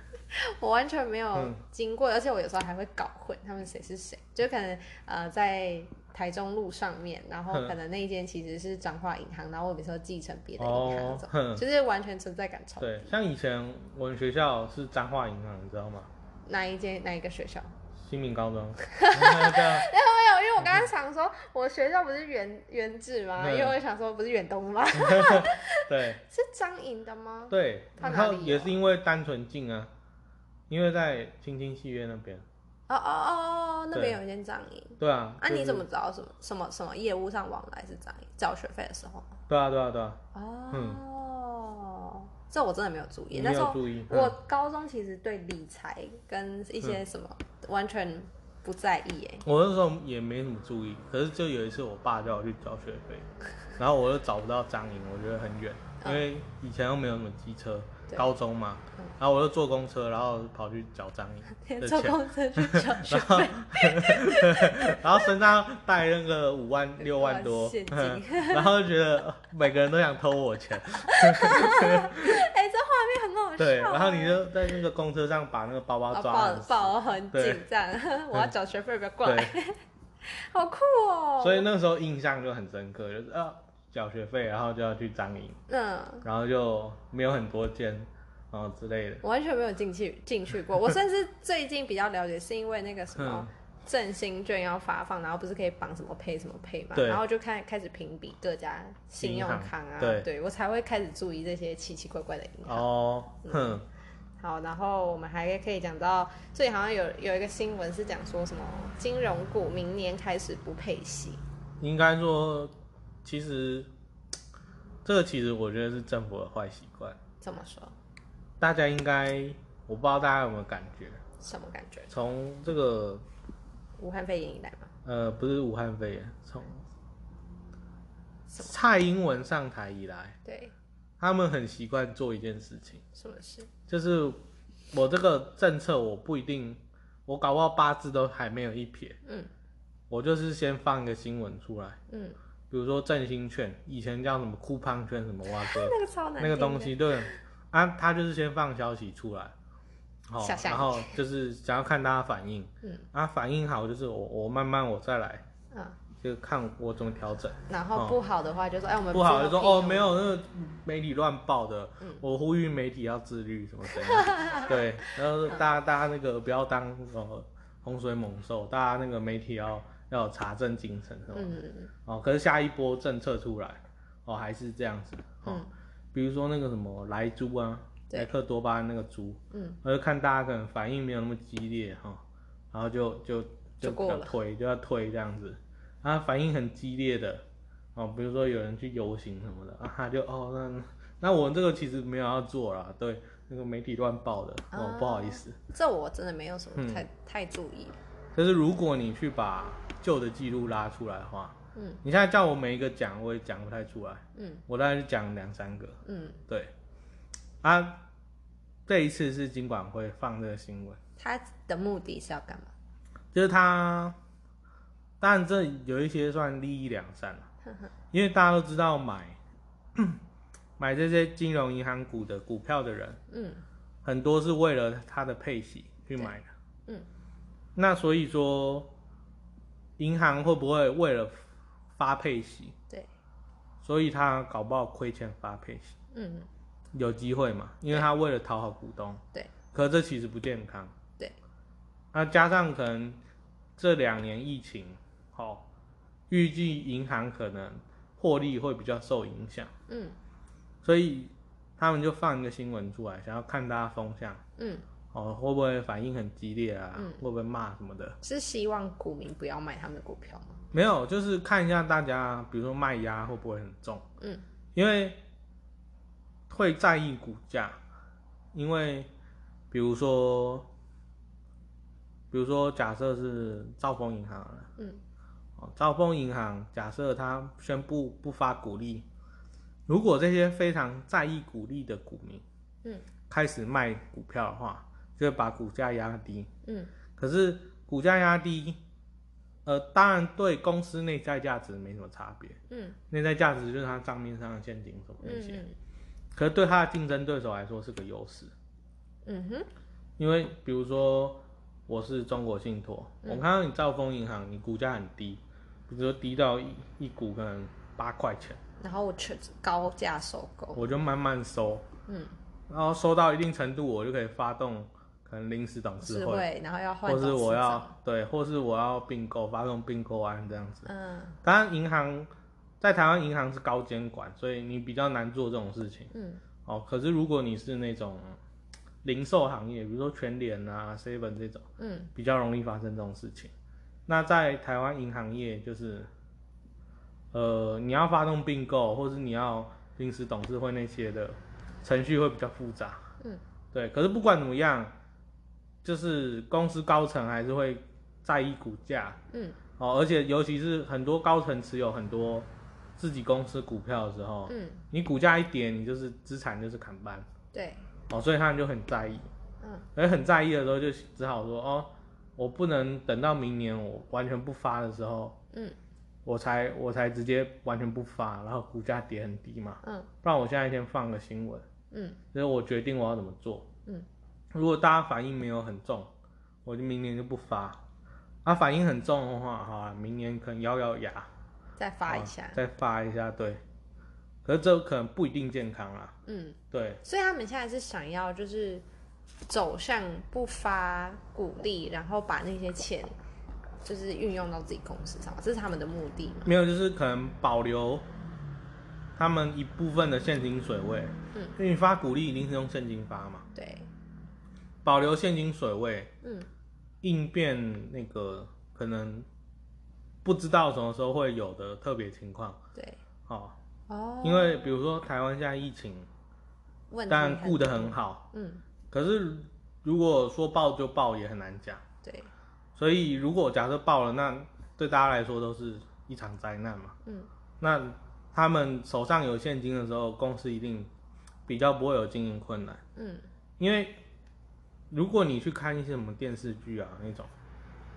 Speaker 2: 我完全没
Speaker 1: 嗯
Speaker 2: 有经过，而且我有时候还会搞混他们谁是谁，就可能呃在台中路上面，然后
Speaker 1: 哼
Speaker 2: 可能那一间其实是彰化银行，然后我有时候继承别的银行
Speaker 1: 哦
Speaker 2: 那种，
Speaker 1: 哼
Speaker 2: 就是完全存在感超。
Speaker 1: 对，像以前我们学校是彰化银行，你知道吗？
Speaker 2: 哪一间哪一个学 校？哎
Speaker 1: 新民高 中，对啊，
Speaker 2: 没有，因为我刚刚想说，我学校不是原原制吗？
Speaker 1: 嗯
Speaker 2: 因为我想说不是远东吗？
Speaker 1: 对
Speaker 2: 是彰银的吗？
Speaker 1: 对，
Speaker 2: 它
Speaker 1: 然
Speaker 2: 哪里
Speaker 1: 后
Speaker 2: 有啊
Speaker 1: 也是因为单纯进啊，因为在青青戏院那边，
Speaker 2: 哦哦哦，哦，那边
Speaker 1: 对
Speaker 2: 有一间彰银。
Speaker 1: 对啊，
Speaker 2: 啊，
Speaker 1: 就是
Speaker 2: 你怎么知道什么什么什么业务上往来是彰银？交学费的时候吗？
Speaker 1: 对啊对啊对啊，
Speaker 2: 哦，这我真的没有注意。
Speaker 1: 你
Speaker 2: 那
Speaker 1: 没
Speaker 2: 时
Speaker 1: 有
Speaker 2: 候
Speaker 1: 注意，
Speaker 2: 我
Speaker 1: 嗯
Speaker 2: 高中其实对理财跟一些什么完全不在意哎。
Speaker 1: 我那时候也没怎么注意，可是就有一次我爸叫我去交学 费，然后我又找不到张营，我觉得很远，因
Speaker 2: 嗯
Speaker 1: 为以前又没有什么机车，
Speaker 2: 对嗯
Speaker 1: 高中嘛，然后我就坐公车，然后跑去缴张 营的
Speaker 2: 坐
Speaker 1: 钱，
Speaker 2: 公车去交学费，
Speaker 1: 然后身上带那个五万六万多，嗯
Speaker 2: 现金
Speaker 1: 然后就觉得每个人都想偷我钱，
Speaker 2: 哎，这画面很好笑。
Speaker 1: 对，然后你就在那个公车上把那个包包
Speaker 2: 啊
Speaker 1: 抓
Speaker 2: 抱
Speaker 1: 很死，
Speaker 2: 抱很紧
Speaker 1: 对嗯
Speaker 2: 张， 我要缴学费，不要过来，
Speaker 1: 对，
Speaker 2: 好酷哦。
Speaker 1: 所以那时候印象就很深刻，就是啊缴学费，然后就要去张营。
Speaker 2: 嗯。
Speaker 1: 然后就没有很多间，然后之类的。
Speaker 2: 我完全没有进去进 去过，我甚至最近比较了解，是因为那个什么
Speaker 1: 嗯
Speaker 2: 振兴券要发放，然后不是可以绑什么配什么配嘛，
Speaker 1: 对
Speaker 2: 然后就看开始评比各家信用卡啊，
Speaker 1: 银行对
Speaker 2: 我才会开始注意这些奇奇怪怪的银行。
Speaker 1: 哦，哼，
Speaker 2: 好，然后我们还可以讲到，最好像有有一个新闻是讲说什么金融股明年开始不配息，
Speaker 1: 应该说，其实这个其实我觉得是政府的坏习惯。
Speaker 2: 怎么说？
Speaker 1: 大家应该，我不知道大家有没有感觉，
Speaker 2: 什么感觉？
Speaker 1: 从这个
Speaker 2: 武汉肺炎以来嘛，
Speaker 1: 呃，不是武汉肺炎，从蔡英文上台以来，
Speaker 2: 对，
Speaker 1: 他们很习惯做一件事情，
Speaker 2: 什么事？
Speaker 1: 就是我这个政策我不一定，我搞不好八字都还没有一撇，
Speaker 2: 嗯
Speaker 1: 我就是先放一个新闻出来。
Speaker 2: 嗯，
Speaker 1: 比如说振兴券，以前叫什么酷胖券什么哇哥，
Speaker 2: 那个超难
Speaker 1: 那个
Speaker 2: 听的
Speaker 1: 东西对，啊，他就是先放消息出来，好、
Speaker 2: 下下
Speaker 1: 然后就是想要看大家反应，
Speaker 2: 嗯
Speaker 1: 啊，反应好就是我我慢慢我再来，
Speaker 2: 嗯。
Speaker 1: 就看我怎么调整，
Speaker 2: 然后
Speaker 1: 哦
Speaker 2: 不好的话就说，哎，我们
Speaker 1: 不好就
Speaker 2: 做
Speaker 1: 说
Speaker 2: 个
Speaker 1: 哦
Speaker 2: 屁
Speaker 1: 没有那个媒体乱报的，
Speaker 2: 嗯
Speaker 1: 我呼吁媒体要自律什么怎 样，对，
Speaker 2: 嗯
Speaker 1: 然后大家大家那个不要当什么洪水猛兽，大家那个媒体要要有查证精神什么的。
Speaker 2: 嗯，
Speaker 1: 哦，可是下一波政策出来，哦，还是这样子，哦，
Speaker 2: 嗯
Speaker 1: 比如说那个什么莱猪啊，
Speaker 2: 对
Speaker 1: 莱克多巴胺那个猪，
Speaker 2: 嗯，
Speaker 1: 我就看大家可能反应没有那么激烈哈、哦，然后就就
Speaker 2: 就过
Speaker 1: 要
Speaker 2: 了
Speaker 1: 推就要推这样子，啊，反应很激烈的，哦，比如说有人去游行什么的，啊，他就哦那那我这个其实没有要做啦，对，那个媒体乱报的，哦，
Speaker 2: 啊
Speaker 1: 不好意思，
Speaker 2: 这我真的没有什么
Speaker 1: 嗯
Speaker 2: 太、太注意。
Speaker 1: 就是如果你去把旧的记录拉出来的话，
Speaker 2: 嗯，
Speaker 1: 你现在叫我每一个讲，我也讲不太出来。
Speaker 2: 嗯
Speaker 1: 我大概就讲两三个。
Speaker 2: 嗯，
Speaker 1: 对，啊，这一次是金管会放这个新闻，
Speaker 2: 他的目的是要干嘛？
Speaker 1: 就是他，当然这有一些算利益良善了， 因为大家都知道买 买这些金融银行股的股票的人，
Speaker 2: 嗯，
Speaker 1: 很多是为了它的配息去买的，
Speaker 2: 嗯，
Speaker 1: 那所以说，银行会不会为了发配息，
Speaker 2: 对，
Speaker 1: 所以他搞不好亏钱发配息？
Speaker 2: 嗯，
Speaker 1: 有机会嘛，因为他为了讨好股东，
Speaker 2: 对，
Speaker 1: 可这其实不健康，
Speaker 2: 对，
Speaker 1: 那加上可能这两年疫情，好、预计银行可能获利会比较受影响，
Speaker 2: 嗯，
Speaker 1: 所以他们就放一个新闻出来，想要看大家风向，
Speaker 2: 嗯，
Speaker 1: 哦，会不会反应很激烈啊？
Speaker 2: 嗯
Speaker 1: 会不会骂什么的？
Speaker 2: 是希望股民不要买他们的股票吗？
Speaker 1: 没有，就是看一下大家，比如说卖压会不会很重，
Speaker 2: 嗯，
Speaker 1: 因为会在意股价，因为比如说，比如说假设是兆丰银行好了，
Speaker 2: 嗯，
Speaker 1: 哦，兆丰银行假设它宣布不发股利，如果这些非常在意股利的股民，
Speaker 2: 嗯，
Speaker 1: 开始卖股票的话，就会把股价压低，
Speaker 2: 嗯，
Speaker 1: 可是股价压低，呃，当然对公司内在价值没什么差别，
Speaker 2: 嗯
Speaker 1: 内在价值就是它账面上的现金什么那些，
Speaker 2: 嗯
Speaker 1: 可是对它的竞争对手来说是个优势，
Speaker 2: 嗯哼，
Speaker 1: 因为比如说我是中国信托，
Speaker 2: 嗯
Speaker 1: 我看到你兆丰银行，你股价很低，比如说低到一一股可能八块钱，
Speaker 2: 然后我却高价收购，
Speaker 1: 我就慢慢收，
Speaker 2: 哦嗯，
Speaker 1: 然后收到一定程度，我就可以发动可能临时董事
Speaker 2: 智
Speaker 1: 会，
Speaker 2: 慧，然后要换
Speaker 1: 或是
Speaker 2: 董事
Speaker 1: 我
Speaker 2: 长，
Speaker 1: 要对，或是我要并购，发动并购案这样子。
Speaker 2: 嗯
Speaker 1: 当然，银行在台湾银行是高监管，所以你比较难做这种事情
Speaker 2: 嗯
Speaker 1: 哦。可是如果你是那种零售行业，比如说全联啊、seven 这种，
Speaker 2: 嗯
Speaker 1: 比较容易发生这种事情。那在台湾银行业，就是呃，你要发动并购，或是你要临时董事会那些的程序会比较复杂。
Speaker 2: 嗯，
Speaker 1: 对。可是不管怎么样，就是公司高层还是会在意股价，
Speaker 2: 嗯
Speaker 1: 哦，而且尤其是很多高层持有很多自己公司股票的时候，
Speaker 2: 嗯，
Speaker 1: 你股价一跌，你就是资产就是砍半，
Speaker 2: 对，
Speaker 1: 哦，所以他们就很在意，
Speaker 2: 嗯
Speaker 1: 而很在意的时候就只好说，哦，我不能等到明年我完全不发的时候，
Speaker 2: 嗯
Speaker 1: 我才我才直接完全不发，然后股价跌很低嘛，
Speaker 2: 嗯
Speaker 1: 不然我现在先放个新闻，
Speaker 2: 嗯
Speaker 1: 所以我决定我要怎么做，
Speaker 2: 嗯，
Speaker 1: 如果大家反应没有很重，我就明年就不发，啊，反应很重的话，好啊，明年可能咬咬牙。
Speaker 2: 再发一
Speaker 1: 啊
Speaker 2: 下，
Speaker 1: 再发一下，对。可是这可能不一定健康啦，
Speaker 2: 嗯，
Speaker 1: 对，
Speaker 2: 所以他们现在是想要就是走向不发鼓励，然后把那些钱就是运用到自己公司上，这是他们的目的嘛？
Speaker 1: 没有就是可能保留他们一部分的现金水位，
Speaker 2: 嗯，
Speaker 1: 因为你发股利一定是用现金发嘛，
Speaker 2: 对，
Speaker 1: 保留现金水位，
Speaker 2: 嗯
Speaker 1: 应变那个可能不知道什么时候会有的特别情况，
Speaker 2: 对，
Speaker 1: 哦，
Speaker 2: 哦，
Speaker 1: 因为比如说台湾现在疫情，
Speaker 2: 问题
Speaker 1: 当然顾得
Speaker 2: 多
Speaker 1: 很，好，
Speaker 2: 嗯，
Speaker 1: 可是如果说爆就爆也很难讲。
Speaker 2: 对，
Speaker 1: 所以如果假设爆了，那对大家来说都是一场灾难嘛。
Speaker 2: 嗯
Speaker 1: 那他们手上有现金的时候，公司一定比较不会有经营困难，
Speaker 2: 嗯
Speaker 1: 因为如果你去看一些什么电视剧啊那种，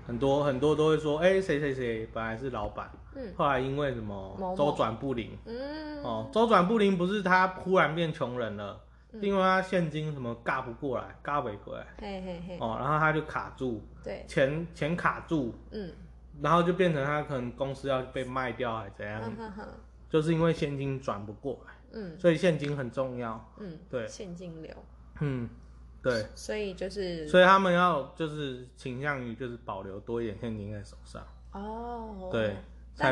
Speaker 1: 很多很多都会说，哎、谁谁谁本来是老板，
Speaker 2: 嗯
Speaker 1: 后来因为什
Speaker 2: 某某
Speaker 1: 么周转不灵，
Speaker 2: 嗯，
Speaker 1: 哦，周转不灵不是他忽然变穷人了，
Speaker 2: 嗯
Speaker 1: 是因为他现金什么嘎不过来，嘎不过来，
Speaker 2: 嘿嘿嘿，
Speaker 1: 哦，然后他就卡住，
Speaker 2: 对，
Speaker 1: 钱钱卡住，
Speaker 2: 嗯，
Speaker 1: 然后就变成他可能公司要被卖掉还是怎样，
Speaker 2: 哼哼哼，
Speaker 1: 就是因为现金转不过来，
Speaker 2: 嗯
Speaker 1: 所以现金很重要。
Speaker 2: 嗯，
Speaker 1: 对
Speaker 2: 现金流，
Speaker 1: 嗯，对，
Speaker 2: 所以就是
Speaker 1: 所以他们要就是倾向于就是保留多一点现金在手上，
Speaker 2: 哦，
Speaker 1: 对，
Speaker 2: 那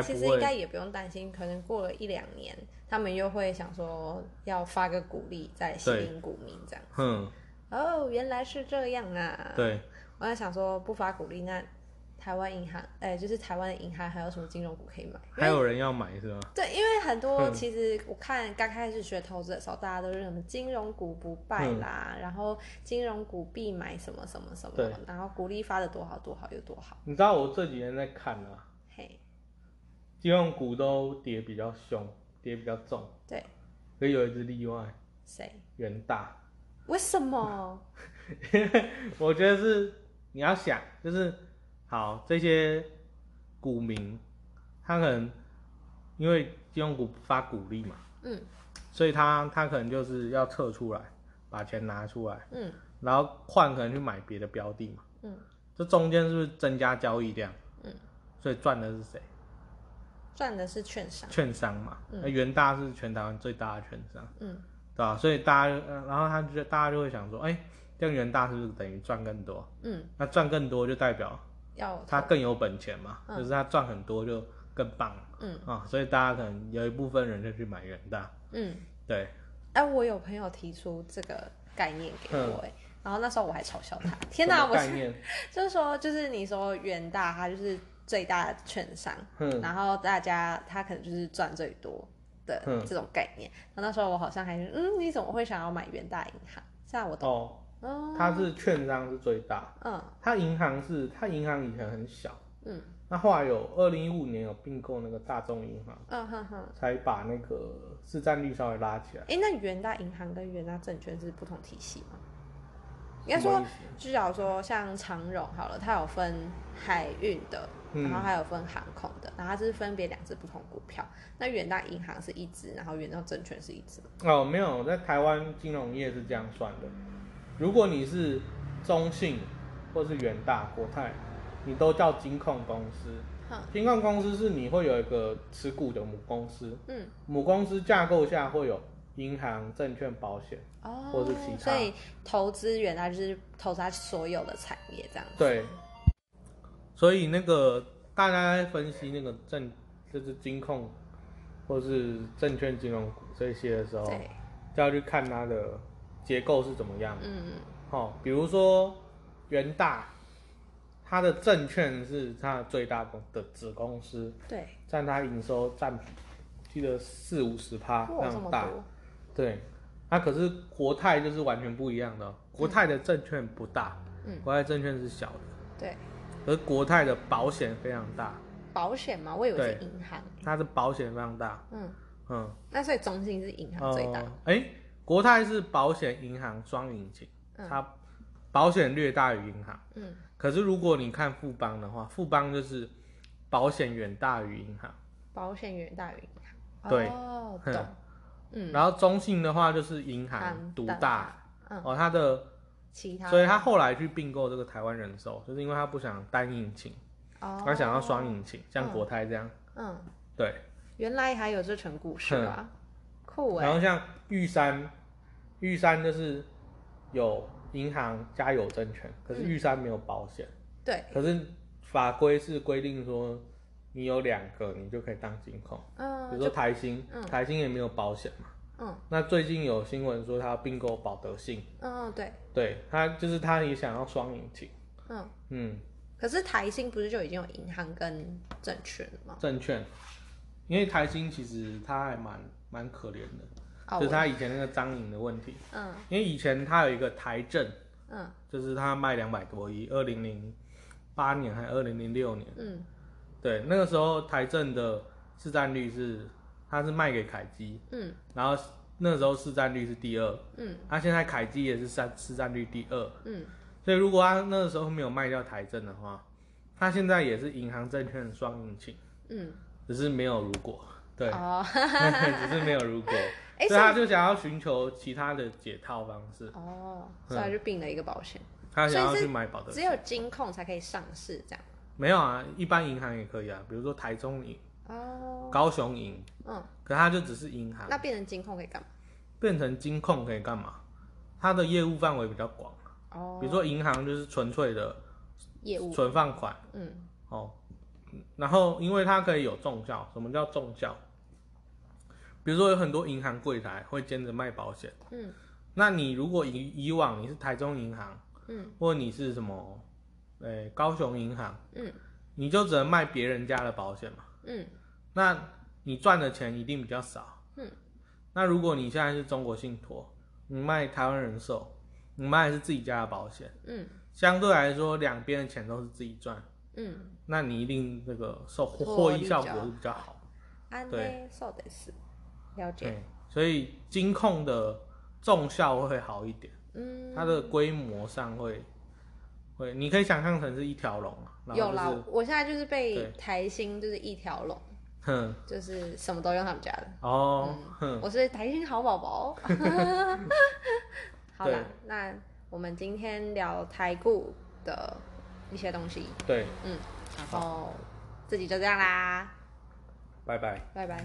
Speaker 1: 才
Speaker 2: 其
Speaker 1: 不
Speaker 2: 实应该
Speaker 1: 会。
Speaker 2: 也不用担心，可能过了一两年，他们又会想说要发个鼓励，再吸
Speaker 1: 对
Speaker 2: 引股民这样。
Speaker 1: 嗯，
Speaker 2: 哦，原来是这样啊！，
Speaker 1: 对，
Speaker 2: 我在想说不发鼓励，那台湾银行，哎、就是台湾的银行还有什么金融股可以买？
Speaker 1: 还有人要买是吗？
Speaker 2: 对，因为很多
Speaker 1: 嗯
Speaker 2: 其实我看刚开始学投资的时候，大家都是什么金融股不败
Speaker 1: 嗯
Speaker 2: 啦，然后金融股必买什么什么什么
Speaker 1: 对，
Speaker 2: 然后鼓励发的多好多好有多好，
Speaker 1: 你知道我这几天在看啊，
Speaker 2: 嘿，
Speaker 1: 金融股都跌比较凶，跌比较重，
Speaker 2: 对，
Speaker 1: 可有一只例外，
Speaker 2: 谁？
Speaker 1: 元大，
Speaker 2: 为什么？
Speaker 1: 我觉得是你要想，就是好这些股民，他可能因为金融股发股利嘛，
Speaker 2: 嗯
Speaker 1: 所以他他可能就是要撤出来，把钱拿出来，
Speaker 2: 嗯
Speaker 1: 然后换可能去买别的标的嘛。
Speaker 2: 嗯，
Speaker 1: 这中间是不是增加交易量？
Speaker 2: 嗯，
Speaker 1: 所以赚的是谁？
Speaker 2: 赚的是券商，
Speaker 1: 券商嘛。
Speaker 2: 嗯
Speaker 1: 那元大是全台湾最大的券商，
Speaker 2: 嗯
Speaker 1: 对吧、所以大家就，呃然后他就大家就会想说，哎、这样元大是不是等于赚更多？
Speaker 2: 嗯，
Speaker 1: 那赚更多就代表
Speaker 2: 要
Speaker 1: 他更有本钱嘛，
Speaker 2: 嗯
Speaker 1: 就是他赚很多就更棒了
Speaker 2: 嗯
Speaker 1: 啊、所以大家可能有一部分人就去买元大，
Speaker 2: 嗯，
Speaker 1: 对，
Speaker 2: 哎、我有朋友提出这个概念给我、哎、然后那时候我还嘲笑他，天
Speaker 1: 嗯
Speaker 2: 哪，
Speaker 1: 什么
Speaker 2: 我
Speaker 1: 概
Speaker 2: 是
Speaker 1: 念，
Speaker 2: 就是说，就是你说元大它就是最大的券商，
Speaker 1: 嗯
Speaker 2: 然后大家他可能就是赚最多的
Speaker 1: 嗯
Speaker 2: 这种概念。然后那时候我好像还是，嗯，你怎么会想要买元大银行？这样我懂，
Speaker 1: 哦，
Speaker 2: 哦，
Speaker 1: 它是券商是最大，
Speaker 2: 嗯
Speaker 1: 它银行是它银行以前很小，
Speaker 2: 嗯
Speaker 1: 那后来有二零一五年有并购那个大众银行，
Speaker 2: 嗯哼哼。
Speaker 1: 才把那个市占率稍微拉起来。
Speaker 2: 哎、那元大银行跟元大证券是不同体系吗？应该
Speaker 1: 什么
Speaker 2: 说
Speaker 1: 意思，
Speaker 2: 至少说像长荣好了，它有分海运的，然后
Speaker 1: 嗯
Speaker 2: 还有分航空的，然后它是分别两只不同股票。那元大银行是一只，然后元大证券是一只。
Speaker 1: 哦，没有，在台湾金融业是这样算的，如果你是中信或是远大、国泰，你都叫金控公司。
Speaker 2: 嗯
Speaker 1: 金控公司是你会有一个持股的母公司，
Speaker 2: 嗯，
Speaker 1: 母公司架构下会有银行、证券、保险。
Speaker 2: 哦，
Speaker 1: 或是其他
Speaker 2: 所以投资元大就是投资它所有的产业这样子。
Speaker 1: 对，所以那个大家在分析那个证，就是金控或是证券金融股这些的时候，
Speaker 2: 对，
Speaker 1: 就要去看它的结构是怎么样。
Speaker 2: 嗯
Speaker 1: 哦，比如说元大，它的证券是它的最大公的子公司，
Speaker 2: 对，
Speaker 1: 占它营收占比，记得四五十趴
Speaker 2: 哇，
Speaker 1: 啊那
Speaker 2: 这么
Speaker 1: 么大。
Speaker 2: 多，
Speaker 1: 对，那、可是国泰就是完全不一样的哦、国泰的证券不大，
Speaker 2: 嗯
Speaker 1: 国泰证券是小的。
Speaker 2: 对，
Speaker 1: 而国泰的保险非常大，
Speaker 2: 保险嘛，我以为是
Speaker 1: 对
Speaker 2: 银行。
Speaker 1: 它的保险非常大，
Speaker 2: 嗯，
Speaker 1: 嗯，
Speaker 2: 那所以中信是银行最大。
Speaker 1: 呃哎、国泰是保险、银行双引擎，
Speaker 2: 嗯
Speaker 1: 它保险略大于银行。
Speaker 2: 嗯
Speaker 1: 可是如果你看富邦的话，富邦就是保险远大于银行，
Speaker 2: 保险远大于银行。
Speaker 1: 对
Speaker 2: 哦，
Speaker 1: 嗯
Speaker 2: 懂。嗯，
Speaker 1: 然后中信的话就是银
Speaker 2: 行
Speaker 1: 行独
Speaker 2: 大
Speaker 1: 大。
Speaker 2: 嗯，
Speaker 1: 哦，它的，
Speaker 2: 其他，
Speaker 1: 所以它后来去并购这个台湾人寿，就是因为它不想单引擎，
Speaker 2: 哦，
Speaker 1: 它想要双引擎，像
Speaker 2: 嗯
Speaker 1: 国泰这样。
Speaker 2: 嗯，
Speaker 1: 对，
Speaker 2: 原来还有这层故事啊，酷哎、
Speaker 1: 然后像玉山，玉山就是有银行加有证券，
Speaker 2: 嗯
Speaker 1: 可是玉山没有保险，
Speaker 2: 对，
Speaker 1: 可是法规是规定说你有两个你就可以当金控，比
Speaker 2: 嗯，
Speaker 1: 如说台新，
Speaker 2: 嗯
Speaker 1: 台新也没有保险嘛。
Speaker 2: 嗯
Speaker 1: 那最近有新闻说他要并购保德信，
Speaker 2: 嗯，对，
Speaker 1: 对他就是他也想要双引擎，
Speaker 2: 嗯，
Speaker 1: 嗯，
Speaker 2: 可是台新不是就已经有银行跟证券了吗？
Speaker 1: 证券，因为台新其实他还蛮蛮可怜的，
Speaker 2: 哦，
Speaker 1: 就是
Speaker 2: 我
Speaker 1: 他以前那个张颖的问题，
Speaker 2: 嗯
Speaker 1: 因为以前他有一个台证。
Speaker 2: 嗯
Speaker 1: 就是他卖两百多亿，二零零八年还二零零六年，
Speaker 2: 嗯，
Speaker 1: 对，那个时候台政的市占率是，它是卖给凯基，
Speaker 2: 嗯
Speaker 1: 然后那时候市占率是第二，
Speaker 2: 嗯
Speaker 1: 他、现在凯基也是三市占率第二，
Speaker 2: 嗯，
Speaker 1: 所以如果他那个时候没有卖掉台政的话，他现在也是银行证券双引擎，
Speaker 2: 嗯，
Speaker 1: 只是没有如果， 对，
Speaker 2: 哦，
Speaker 1: 只是没有如果，所
Speaker 2: 哎、所
Speaker 1: 以
Speaker 2: 以
Speaker 1: 他就想要寻求其他的解套方式，
Speaker 2: 哦，所以他就并了一个保险，
Speaker 1: 他想要
Speaker 2: 所以是
Speaker 1: 去买嗯保德
Speaker 2: 只有金控才可以上市这样。
Speaker 1: 没有啊，一般银行也可以啊，比如说台中银、
Speaker 2: 哦，
Speaker 1: 高雄银，
Speaker 2: 嗯，
Speaker 1: 可它就只是银行
Speaker 2: 那，变成金控可以干嘛？
Speaker 1: 变成金控可以干嘛？它的业务范围比较广，
Speaker 2: 哦，
Speaker 1: 比如说银行就是纯粹的
Speaker 2: 业务，
Speaker 1: 存放款
Speaker 2: 嗯
Speaker 1: 哦，然后因为它可以有重效，什么叫重效？比如说有很多银行柜台会兼着卖保险，
Speaker 2: 嗯
Speaker 1: 那你如果以以往你是台中银行，
Speaker 2: 嗯
Speaker 1: 或你是什么，诶、高雄银行，
Speaker 2: 嗯
Speaker 1: 你就只能卖别人家的保险嘛。
Speaker 2: 嗯
Speaker 1: 那你赚的钱一定比较少。
Speaker 2: 嗯，
Speaker 1: 那如果你现在是中国信托，你卖台湾人寿，你卖的是自己家的保险，
Speaker 2: 嗯
Speaker 1: 相对来说两边的钱都是自己赚，
Speaker 2: 嗯，
Speaker 1: 那你一定那个受获
Speaker 2: 获
Speaker 1: 获
Speaker 2: 利
Speaker 1: 益
Speaker 2: 比
Speaker 1: 效
Speaker 2: 较
Speaker 1: 果是比较好。
Speaker 2: 安
Speaker 1: 对
Speaker 2: 内受的是了解，
Speaker 1: 对，所以金控的重效会好一点。
Speaker 2: 嗯，
Speaker 1: 它的规模上会会，你可以想象成是一条龙啊，然
Speaker 2: 有
Speaker 1: 后
Speaker 2: 啦
Speaker 1: 就是，
Speaker 2: 我现在就是
Speaker 1: 对
Speaker 2: 被台新就是一条龙，
Speaker 1: 哼
Speaker 2: 就是什么都用他们家的。
Speaker 1: 哦哼，
Speaker 2: 我是台新好 宝宝。好
Speaker 1: 对
Speaker 2: 啦，那我们今天聊台固的一些东西，嗯
Speaker 1: 对，
Speaker 2: 然后自己就这样啦，
Speaker 1: 拜拜。
Speaker 2: 拜拜。